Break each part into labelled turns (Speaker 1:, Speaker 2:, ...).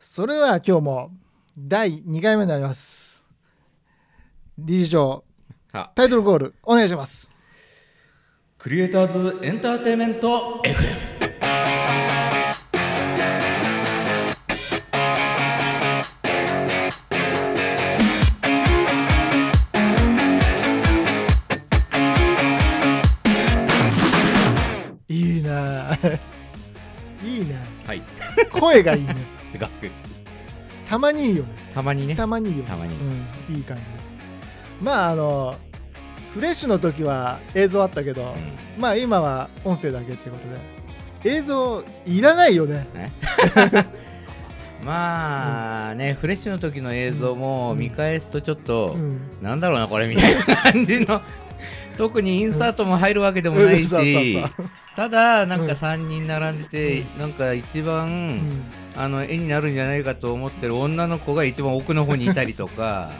Speaker 1: それでは今日も第2回目になります理事長
Speaker 2: は
Speaker 1: タイトルコールお願いします
Speaker 2: クリエイターズエンターテインメント FM
Speaker 1: いいなあ いいな
Speaker 2: はい
Speaker 1: あ声がいい ねたまにいいよね
Speaker 2: たまにね
Speaker 1: たまにいいよね
Speaker 2: たまに
Speaker 1: うん、いい感じですまああのフレッシュの時は映像あったけど、
Speaker 2: う
Speaker 1: まあ今は音声だけってことで映像いらないよね
Speaker 2: んねまあねフレッシュの時の映像も見返すとちょっと、
Speaker 1: うん
Speaker 2: なんだろうなこれみたいな感じの特にインサートも入るわけでも ない
Speaker 1: うんうん
Speaker 2: し
Speaker 1: そうそう
Speaker 2: ただなんか3人並んでてなんか一
Speaker 1: う
Speaker 2: 番
Speaker 1: ん
Speaker 2: あの絵になるんじゃないかと思ってる女の子が一番奥の方にいたりとか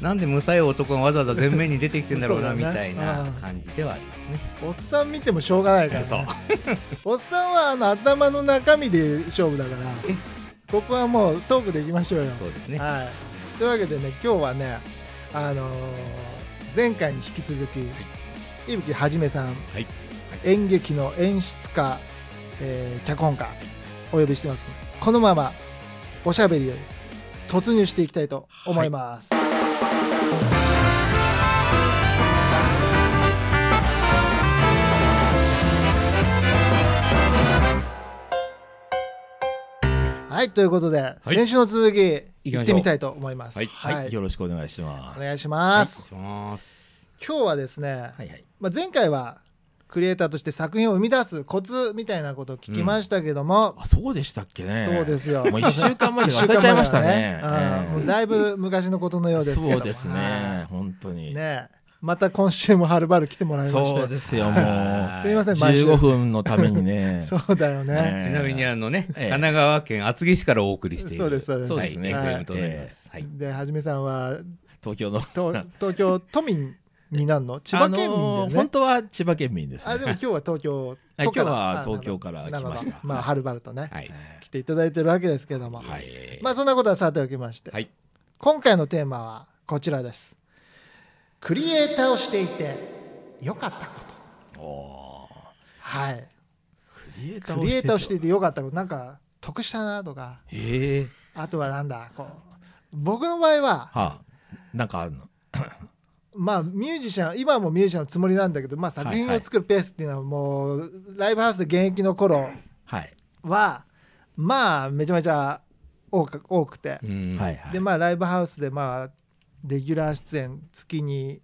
Speaker 2: なんで無才男がわざわざ前面に出てきてんだろうな
Speaker 1: そう
Speaker 2: み
Speaker 1: だね
Speaker 2: たいな
Speaker 1: うん
Speaker 2: 感じではありますね。
Speaker 1: おっさん見てもしょうがないから、
Speaker 2: そう
Speaker 1: おっさんはあの頭の中身で勝負だから
Speaker 2: え
Speaker 1: ここはもうトークでいきましょうよ
Speaker 2: そうですね。
Speaker 1: はい、というわけでね今日はね、あのー前回に引き続き、伊吹はじめさん、
Speaker 2: はい
Speaker 1: 演劇の演出家、えー脚本家お呼びしてます、このままおしゃべりより突入していきたいと思います、はい、ということで、
Speaker 3: い
Speaker 1: 先週の続き
Speaker 3: 行きましょう
Speaker 1: 行ってみたいと思います。
Speaker 3: はい、はい、よろしくお願いしま
Speaker 1: お
Speaker 3: す。
Speaker 1: 願いします。
Speaker 2: します。
Speaker 1: 今日はですね、
Speaker 3: はいはい。
Speaker 1: まあ、前回はクリエイターとして作品を生み出すコツみたいなことを聞きましたけども、
Speaker 3: あ、そうでしたっけね。。
Speaker 1: そうですすよ。。
Speaker 3: もう一週間前に忘れちゃいましたね
Speaker 1: うんもうだいぶ昔のことのようですけども
Speaker 3: そうですね
Speaker 1: は。
Speaker 3: 本当
Speaker 1: い
Speaker 3: に。
Speaker 1: ねまた今週もはるばる来てもらいまして
Speaker 3: そうですよ。もう
Speaker 2: は
Speaker 1: すいません毎週
Speaker 3: 15分のために ね。
Speaker 1: そうだよね
Speaker 3: ね
Speaker 2: ちなみにあのね、
Speaker 3: え
Speaker 2: 神
Speaker 3: え
Speaker 2: 奈川県厚木市からお送りしている。
Speaker 1: そうですそうです
Speaker 3: そうですね
Speaker 2: はい
Speaker 1: はい
Speaker 2: FM となります。はい。
Speaker 1: ではじめさんは
Speaker 3: 東京の
Speaker 1: と東京都民になるの千葉県民だよ
Speaker 3: あの
Speaker 1: ね、
Speaker 3: 本当は千葉県民ですね。
Speaker 1: あでも今日は東京
Speaker 3: はい
Speaker 1: 都から
Speaker 3: 今日は
Speaker 1: あ
Speaker 3: 東京から
Speaker 1: なるほど
Speaker 3: 来ました
Speaker 1: まあはるばるとね、
Speaker 2: はい。
Speaker 1: 来ていただいてるわけですけども、
Speaker 2: はい。
Speaker 1: まあそんなことはさておきまして、
Speaker 2: はい
Speaker 1: 今回のテーマはこちらですクリエイターをしていて良かったこと
Speaker 3: おー
Speaker 1: はい
Speaker 3: クリエイタ
Speaker 1: クリエイターをして
Speaker 3: る。
Speaker 1: いて良かったことなんか得したなとか
Speaker 3: ええ。
Speaker 1: あとはなんだこう僕の場合は
Speaker 3: はあ。なんかあるの。
Speaker 1: まあミュージシャン今もミュージシャンのつもりなんだけど、まあ、作品
Speaker 3: はいは
Speaker 1: を
Speaker 3: い
Speaker 1: 作るペースっていうのはもうライブハウスで現役の頃
Speaker 3: はい。
Speaker 1: はまあめちゃめちゃ多く多くて、
Speaker 2: うん
Speaker 3: はいはい。
Speaker 1: でまあライブハウスでまあレギュラー出演月に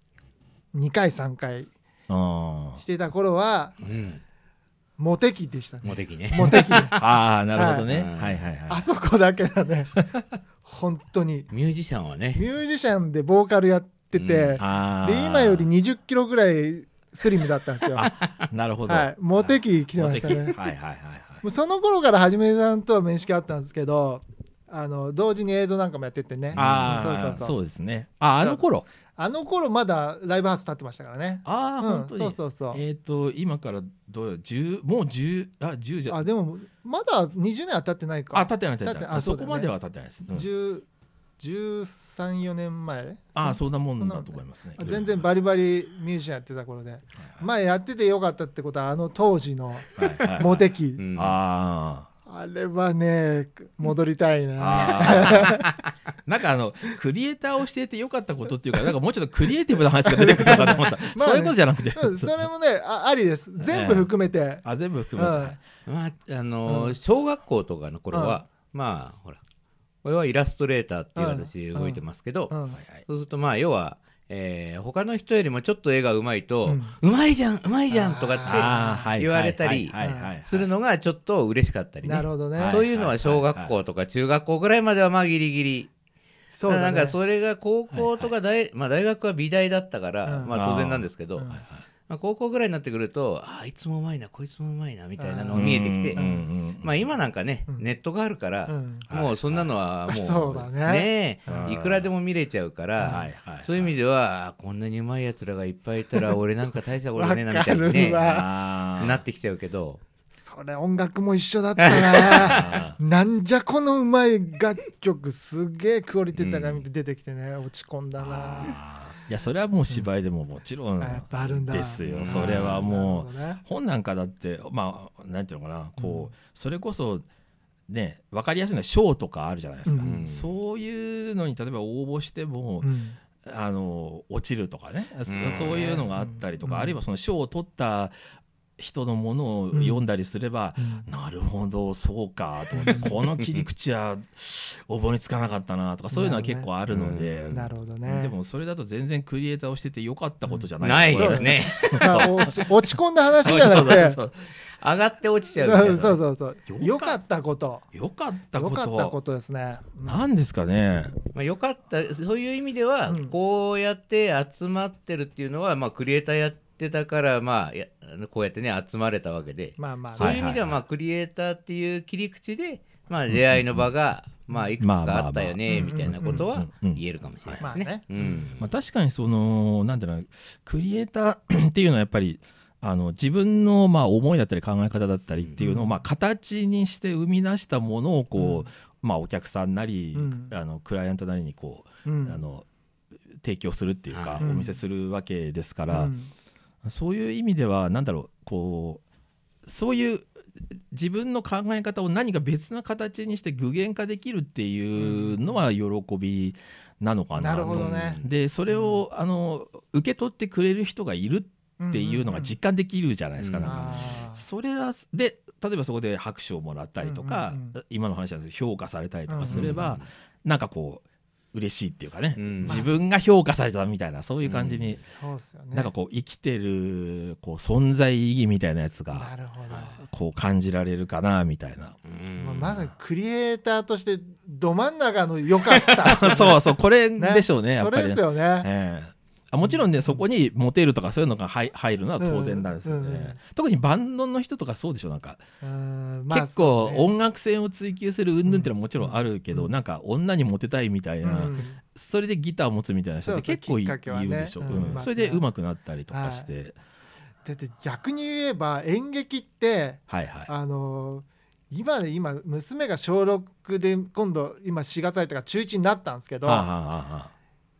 Speaker 1: 2回3回
Speaker 3: うん
Speaker 1: していた頃は
Speaker 2: うん。
Speaker 1: モテ期でしたね
Speaker 2: モテ期ね。
Speaker 1: モテ 期
Speaker 3: ああ、なるほどね。
Speaker 2: はい
Speaker 3: はいはいは
Speaker 1: あ
Speaker 3: い。
Speaker 1: そこだけだね本当に
Speaker 2: ミュージシャンはね
Speaker 1: ミ。ュージシャンでボーカルやってて、
Speaker 3: あー
Speaker 1: で今より2 0キロぐらいスリムだったんですよは
Speaker 3: なるほど。
Speaker 1: いモテ期来てましたね
Speaker 3: モ
Speaker 1: も
Speaker 3: テ期はいはいはいはいう
Speaker 1: その頃からはじめさんとは面識あったんですけどあの同時に映像なんかもやっててね
Speaker 3: ああ、
Speaker 1: そうそうそう
Speaker 3: そうですね。あ、あの頃。
Speaker 1: あの頃まだライブハウス立ってましたからね
Speaker 3: ああ、
Speaker 1: うん
Speaker 3: 本当に。
Speaker 1: そうそうそう
Speaker 3: えっ、と、今からどうよ、十、もう十、あ、十じゃ。
Speaker 1: あ
Speaker 3: あ、
Speaker 1: でもまだ20年は経ってないか
Speaker 3: 立ってない、立って
Speaker 1: 立って
Speaker 3: ない。
Speaker 1: あ
Speaker 3: あ
Speaker 1: そう
Speaker 3: そ
Speaker 1: だ
Speaker 3: こ
Speaker 1: よね
Speaker 3: までは立ってないです。うん
Speaker 1: 10 1314年前
Speaker 3: ああ、そんなもん
Speaker 1: そんなも
Speaker 3: だ
Speaker 1: んだ
Speaker 3: と思いますね。
Speaker 1: 全然バリバリミュージシャンやってた頃で前やっててよかったってことはあの当時の
Speaker 3: はいはいはい
Speaker 1: モテ期
Speaker 2: うん
Speaker 3: あ
Speaker 1: あれはね戻りたい
Speaker 3: ー
Speaker 1: な
Speaker 3: あー。 なんかあのクリエイターをしていてよかったことっていうかなんかもうちょっとクリエイティブな話が出てくるのかと思った、
Speaker 1: まあね
Speaker 3: そういうことじゃなくて
Speaker 1: うんそれもねあありです全部含めて
Speaker 3: あ全部含めて、
Speaker 1: うん
Speaker 3: は
Speaker 2: ま
Speaker 3: い
Speaker 2: ああのー
Speaker 1: うん
Speaker 2: 小学校とかの頃は、まあほらこれはイラストレーターっていう形で動いてますけど、
Speaker 1: うん
Speaker 2: そうするとまあ要は、えー他の人よりもちょっと絵がうまいと、
Speaker 1: う
Speaker 2: うんまいじゃんうまいじゃんとかっ
Speaker 3: あーはい
Speaker 2: 言われたり
Speaker 3: はいはいはいはい
Speaker 2: てするのがちょっと嬉しかったりね
Speaker 1: なるほどね
Speaker 3: はい
Speaker 2: そういうのは小学校とか中学校ぐらいまではまあギリギリ、
Speaker 1: そうだ
Speaker 2: なん
Speaker 1: ね
Speaker 2: かそれが高校とか大,、まあ、大学は美大だったから、
Speaker 1: うん
Speaker 2: まあ当然なんですけど、
Speaker 1: うん
Speaker 2: まあ、高校ぐらいになってくるとあーいつもうまいなこいつもうまいなみたいなのが見えてきて、
Speaker 3: うんうんうん
Speaker 2: まあ今なんかね、
Speaker 1: うん
Speaker 2: ネットがあるから、
Speaker 1: うん
Speaker 2: もうそんなのはもう、
Speaker 1: はいそうだね
Speaker 2: ねえ
Speaker 3: うん
Speaker 2: いくらでも見れちゃうから、
Speaker 3: はいはいはい
Speaker 2: そういう意味ではあーこんなにうまいやつらがいっぱいいたら俺なんか大したことねえな
Speaker 1: わ
Speaker 2: み
Speaker 1: か
Speaker 2: たい
Speaker 1: る
Speaker 2: に、ね、
Speaker 1: わ
Speaker 3: あー
Speaker 2: なってきちゃうけど
Speaker 1: それ音楽も一緒だった な
Speaker 3: あ
Speaker 1: なんじゃこのうまい楽曲すげえクオリティ高いみたいに出てきてね、落ち込んだな
Speaker 3: あいやそれはもう芝居でももちろ
Speaker 1: あやっぱあるん
Speaker 3: ん
Speaker 1: だ
Speaker 3: です
Speaker 2: う
Speaker 3: よ
Speaker 2: ん
Speaker 3: それはも
Speaker 1: なるほ
Speaker 3: う
Speaker 1: どね
Speaker 3: 本なんかだってまあなんていうのかなこう、それこそね分かりやすいのは賞とかあるじゃないですか、
Speaker 1: うん
Speaker 3: そういうのに例えば応募しても、
Speaker 1: うん
Speaker 3: あの落ちるとかね、そ
Speaker 2: うん
Speaker 3: そういうのがあったりとか、
Speaker 1: うん
Speaker 3: あるいはその賞を取った人のものを読んだりすれば、なるほどそうかと思ってこの切り口は応募につかなかったな とかそういうのは結構あるので。
Speaker 1: うんなるほどね
Speaker 3: でもそれだと全然クリエイターをしててよかったことじゃな
Speaker 2: ないいですね。
Speaker 1: まあ落ち落ち込んだ話じゃなくて
Speaker 3: そうそう
Speaker 2: 上がって落ちちゃう
Speaker 1: う
Speaker 2: けど。
Speaker 1: んそうそうそう
Speaker 3: よ。か
Speaker 1: 良かったこと。
Speaker 3: そうよかった
Speaker 1: 良
Speaker 3: こ
Speaker 1: か
Speaker 3: と
Speaker 1: ったことですね。うん
Speaker 3: なんですかね。
Speaker 2: まあ、よかったそういう意味では、
Speaker 1: うん
Speaker 2: こうやって集まってるっていうのは、まあ、クリエイターやってたから、まあ、やこうやってね集まれたわけで、
Speaker 1: まあまあ
Speaker 2: そ
Speaker 1: ね、
Speaker 2: ういう意味では、
Speaker 3: はいはいはい
Speaker 2: まあ、クリエイターっていう切り口で、まあ、出会いの場が、まあ、いくつかあったよね、
Speaker 1: まあまあまあ
Speaker 2: みたいなこと
Speaker 3: うんう
Speaker 2: は
Speaker 3: んうんうん
Speaker 2: 言えるかもしれないで
Speaker 1: まあ
Speaker 2: すね。
Speaker 1: ね。
Speaker 2: うん
Speaker 3: まあ、確かにそのなんていうのクリエイター っていうのはやっぱりあの自分のまあ思いだったり考え方だったりっていうのを
Speaker 1: うん
Speaker 3: まあ形にして生み出したものをこう、
Speaker 1: うん
Speaker 3: まあ、お客さんなり、
Speaker 1: うん
Speaker 3: あのクライアントなりにこ
Speaker 1: う
Speaker 3: う、
Speaker 1: ん
Speaker 3: あの提供するっていうか、
Speaker 2: はい
Speaker 3: お見せするわけですか
Speaker 1: う
Speaker 3: ら、
Speaker 1: ん
Speaker 3: そういう意味ではなんだろうこうそういう自分の考え方を何か別な形にして具現化できるっていうのは喜びなのか
Speaker 1: な
Speaker 3: な
Speaker 1: る
Speaker 3: と
Speaker 1: ほどね。
Speaker 3: でそれを、あの受け取ってくれる人がいるっていうのが実感できるじゃないですか,、
Speaker 2: うん
Speaker 3: なんか
Speaker 1: あー
Speaker 3: それはで例えばそこで拍手をもらったりとか、
Speaker 1: うんうんう
Speaker 3: 今の話なんですけど評価されたりと
Speaker 1: うんう
Speaker 3: か
Speaker 1: ん
Speaker 3: すれば、なんかこう嬉しいっていうかね、
Speaker 2: うん
Speaker 3: 自分が評価されたみたいなそういう感じに、
Speaker 1: そうっすよね。
Speaker 3: なんかこう生きてるこう存在意義みたいなやつが
Speaker 1: なるほど。
Speaker 3: こう感じられるかなみたいな。
Speaker 2: うん
Speaker 1: まあ、まさにクリエイターとしてど真ん中の良かったっす ね。
Speaker 3: そうそうこれでしょう ねや
Speaker 1: そ
Speaker 3: っぱ
Speaker 1: れ
Speaker 3: りね
Speaker 1: ですよね。
Speaker 3: ええあもちろんねそこにモテるとかそういうのが入入るのは当然なんですよね、
Speaker 1: うんうん
Speaker 3: 特にバンドの人とかそうでしょなんか、
Speaker 1: うんまあ
Speaker 3: 結
Speaker 1: そ
Speaker 3: 構
Speaker 1: うね
Speaker 3: 音楽性を追求する云々ってのはもちろんあるけど、
Speaker 1: うん
Speaker 3: なんか女にモテたいみたいな、
Speaker 1: うん
Speaker 3: それでギターを持つみたいな人
Speaker 1: そ
Speaker 3: って
Speaker 1: うそう
Speaker 3: 結構い
Speaker 1: きっかけはね
Speaker 3: 言うでしょ、
Speaker 1: うん
Speaker 3: うん
Speaker 1: まあ
Speaker 3: それで上手くなったりとかして、
Speaker 1: だって逆に言えば演劇って
Speaker 3: はい、はい
Speaker 1: あのー今で今娘が小6で今度今4月入ったから中1になったんですけど、
Speaker 3: はあはあはあ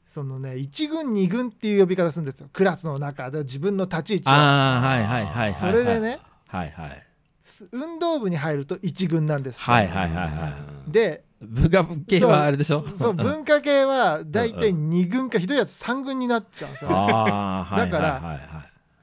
Speaker 1: そのね1軍2軍っていう呼び方するんですよクラスの中で自分の立ち位置を
Speaker 3: あーはいはいはいはいはい
Speaker 1: それでね
Speaker 3: はいはい
Speaker 1: す運動部に入ると1軍なんですって、
Speaker 3: はいはいはいはい
Speaker 1: で
Speaker 3: 文化系はあれでしょ
Speaker 1: そう文化系は大体2軍かひどいやつ3軍になっちゃうんですよ
Speaker 3: あーはい
Speaker 1: だから
Speaker 3: はいはい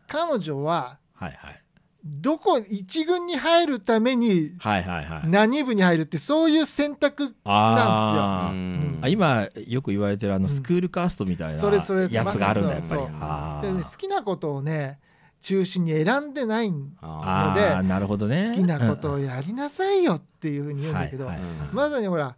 Speaker 1: 彼女は
Speaker 3: はいはい
Speaker 1: どこ1軍に入るために
Speaker 3: はいはいはい
Speaker 1: 何部に入るってそういう選択
Speaker 3: あー
Speaker 2: うん
Speaker 3: あ今よく言われてるあ
Speaker 1: うん
Speaker 3: のスクールカーストみたい
Speaker 1: それそれ
Speaker 3: なやつがあるんだやっぱり
Speaker 1: そうそう
Speaker 3: あ
Speaker 1: で、ね、好
Speaker 3: ー
Speaker 1: きなことをね中心に選んでないん
Speaker 2: あ
Speaker 3: あーなるほどね
Speaker 1: 好きなこと
Speaker 3: を
Speaker 1: をやりなさいよっていうふうに言うんだけど、
Speaker 2: うん
Speaker 1: まさにほら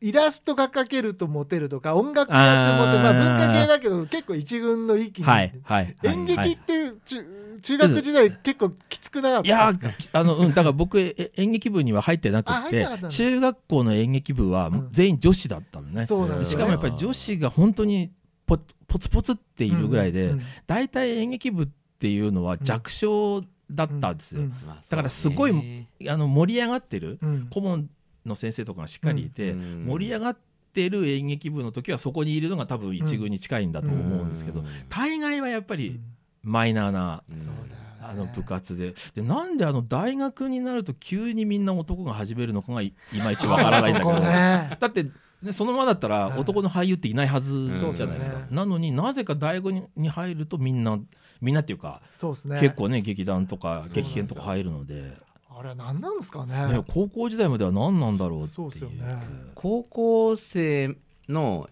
Speaker 1: イラストが描けるとモテるとか音楽がやってモテるまあ
Speaker 3: あー
Speaker 1: 文化系だけど結構一軍の域に、
Speaker 3: はいはいはい
Speaker 1: 演
Speaker 3: は
Speaker 1: 劇っ
Speaker 3: い
Speaker 1: て中中学時代結構きつくなかっ
Speaker 3: い
Speaker 1: た
Speaker 3: や
Speaker 1: んですか
Speaker 3: ーあのうんだから僕え演劇部には入ってな
Speaker 1: あ
Speaker 3: く
Speaker 1: 入って
Speaker 3: て
Speaker 1: なかったんだ
Speaker 3: 中学校の演劇部は
Speaker 1: ん
Speaker 3: 全員女子だったのね
Speaker 1: そうなんです
Speaker 3: し
Speaker 1: よ
Speaker 3: か
Speaker 1: ね
Speaker 3: もやっぱり女子が本当にポポツポツっているぐらい
Speaker 1: うんう
Speaker 3: で
Speaker 1: ん
Speaker 3: 大体演劇部っていうのは弱小だったんですよ
Speaker 1: うん
Speaker 2: まあそうね
Speaker 3: だからすごいあの盛り上がってる
Speaker 1: うん
Speaker 3: 顧問の先生とかがしっかりいて、
Speaker 2: うん
Speaker 3: 盛り上がってる演劇部の時はそこにいるのが多分一軍に近いんだと思うんですけど、
Speaker 2: うん
Speaker 3: 大概はやっぱ
Speaker 1: う
Speaker 3: り
Speaker 1: ん
Speaker 3: マイナーな。
Speaker 2: うん
Speaker 1: そうだよ
Speaker 3: あ
Speaker 1: ね
Speaker 3: の部活ででなんであの大学になると急にみんな男が始めるのかがいいまいちわからないんだけど、
Speaker 1: そこね
Speaker 3: だって、ね、そのままだった
Speaker 1: は
Speaker 3: ら
Speaker 1: い
Speaker 3: 男の俳優っていないはず
Speaker 2: そう
Speaker 3: じゃないですか、
Speaker 1: そうですね
Speaker 3: なのになぜか大学に入るとみんなみんなっていうか、
Speaker 1: そうですね
Speaker 3: 結構ね劇団とか
Speaker 1: そうなんですよ
Speaker 3: 劇研とか入るので、
Speaker 1: あれは何なんですか
Speaker 3: ね
Speaker 1: ね、
Speaker 3: 高校時代までは何なんだろうってい
Speaker 1: そう
Speaker 3: う
Speaker 1: ですよね
Speaker 2: 高校生の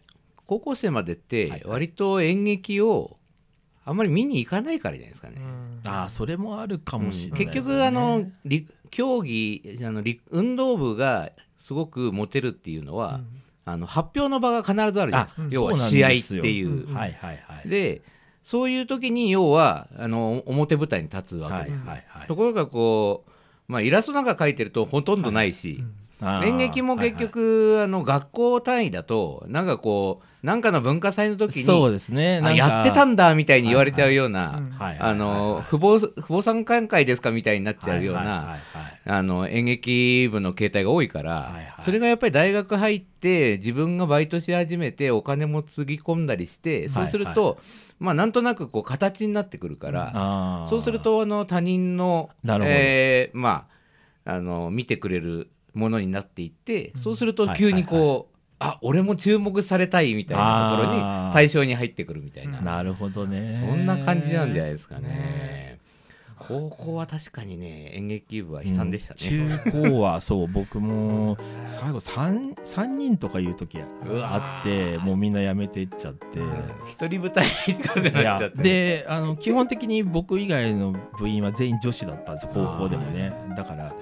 Speaker 2: 高校生までっ
Speaker 3: はい
Speaker 2: て割と演劇をあんまり見に行かないからじゃないですかね。
Speaker 1: うん
Speaker 3: ああそれもあるか
Speaker 2: うん
Speaker 3: もし
Speaker 2: 結
Speaker 3: れないですね、
Speaker 2: 局あのり競技あのり運動部がすごくモテるっていうのは、
Speaker 1: うん
Speaker 2: あの発表の場が必ずあるじゃないですか
Speaker 1: あ
Speaker 2: 要は
Speaker 3: そうなんで
Speaker 2: 試合っ
Speaker 3: すよ
Speaker 2: ていう。
Speaker 1: うん
Speaker 2: で,、
Speaker 3: はいはいはい
Speaker 2: そういう時に要はあの表舞台に立つわけ
Speaker 3: は
Speaker 2: で
Speaker 3: い
Speaker 2: す。
Speaker 3: はいはい
Speaker 2: ところがこう、まあ、イラストなんか描いてるとほとんどないし、
Speaker 1: うん
Speaker 3: あー
Speaker 2: 演劇も結
Speaker 3: はいはい
Speaker 2: 局、あの学校単位だとなんかこうなんかの文化祭の時に
Speaker 3: そうですね
Speaker 2: あやってたんだみたいに言われちゃうような、
Speaker 1: うん
Speaker 3: はいはい
Speaker 2: あの不法不法参観会ですかみたいになっちゃうような、
Speaker 3: はいはいはい
Speaker 2: あの演劇部の形態が多いから、
Speaker 3: いはい
Speaker 2: それがやっぱり大学入って自分がバイトし始めてお金もつぎ込んだりしてそうすると、
Speaker 3: は
Speaker 2: まあなんとなくこう形になってくるから、
Speaker 3: あー
Speaker 2: そうするとあの他人の
Speaker 3: なるほど
Speaker 2: えーまああの見てくれるものになっていって、そうすると
Speaker 3: はい
Speaker 2: 急にこう、あ俺も注目されたいみたいなところに
Speaker 3: あー
Speaker 2: 対象に入ってくるみたいな。
Speaker 3: なるほどね
Speaker 2: そんな感じなんじゃないですかね。
Speaker 1: ね
Speaker 2: 高校は確かにね演劇部は悲惨でした
Speaker 3: う
Speaker 2: ね。
Speaker 3: ん中高 はそう僕も最後 3, 三人とかいう時
Speaker 2: うわ
Speaker 3: あってもうみんな辞めていっちゃって。
Speaker 2: 一人舞台近く
Speaker 3: い
Speaker 2: なっちゃ
Speaker 3: や
Speaker 2: って。
Speaker 3: であの基本的に僕以外の部員は全員女子だったんです高校でもねだから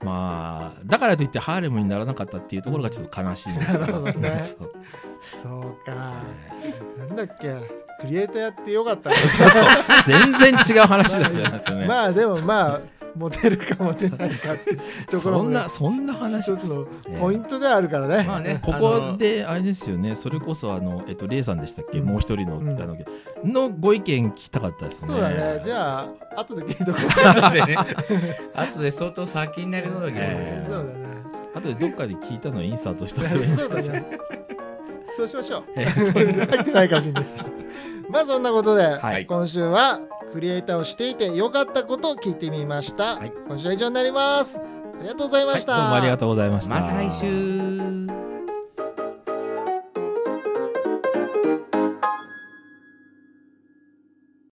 Speaker 3: まあだからといってハーレムにならなかったっていうところがちょっと悲しいんです け
Speaker 1: なるほどね
Speaker 3: そう
Speaker 1: そうか。なんだっけ。クリエイターやってよかったね。
Speaker 3: 全然違う話だったんですよね、
Speaker 1: まあでもまあモテるかモテないかってところ
Speaker 3: そ
Speaker 1: も
Speaker 3: ん
Speaker 1: ね
Speaker 3: なそんな話
Speaker 1: 一つのポイントではあるからね。
Speaker 2: まあね
Speaker 3: ここであれですよねそれこそあのえっとレイさんでしたっけ、
Speaker 1: うん
Speaker 3: もう一人の、
Speaker 1: うん
Speaker 3: あののご意見聞きたかったですね
Speaker 1: そうだね。じゃあ後で聞いとこう。
Speaker 2: あのでね 後で相当先になりそうだけど、
Speaker 3: え
Speaker 1: そう
Speaker 3: あとでどっかで聞いたのをインサートしと
Speaker 1: だ
Speaker 3: けばいいん
Speaker 1: ね。
Speaker 3: じ
Speaker 1: そう
Speaker 3: ゃないです
Speaker 1: だ
Speaker 3: か
Speaker 1: ね。そうしましょう。
Speaker 3: え
Speaker 1: 入ってないかもしれないです。まあそんなことで、
Speaker 3: はい
Speaker 1: 今週はクリエイターをしていて良かったことを聞いてみました。
Speaker 3: はい
Speaker 1: 今週は以上になります。ありがとうございました。
Speaker 3: どうもありがとうございました
Speaker 2: また来週。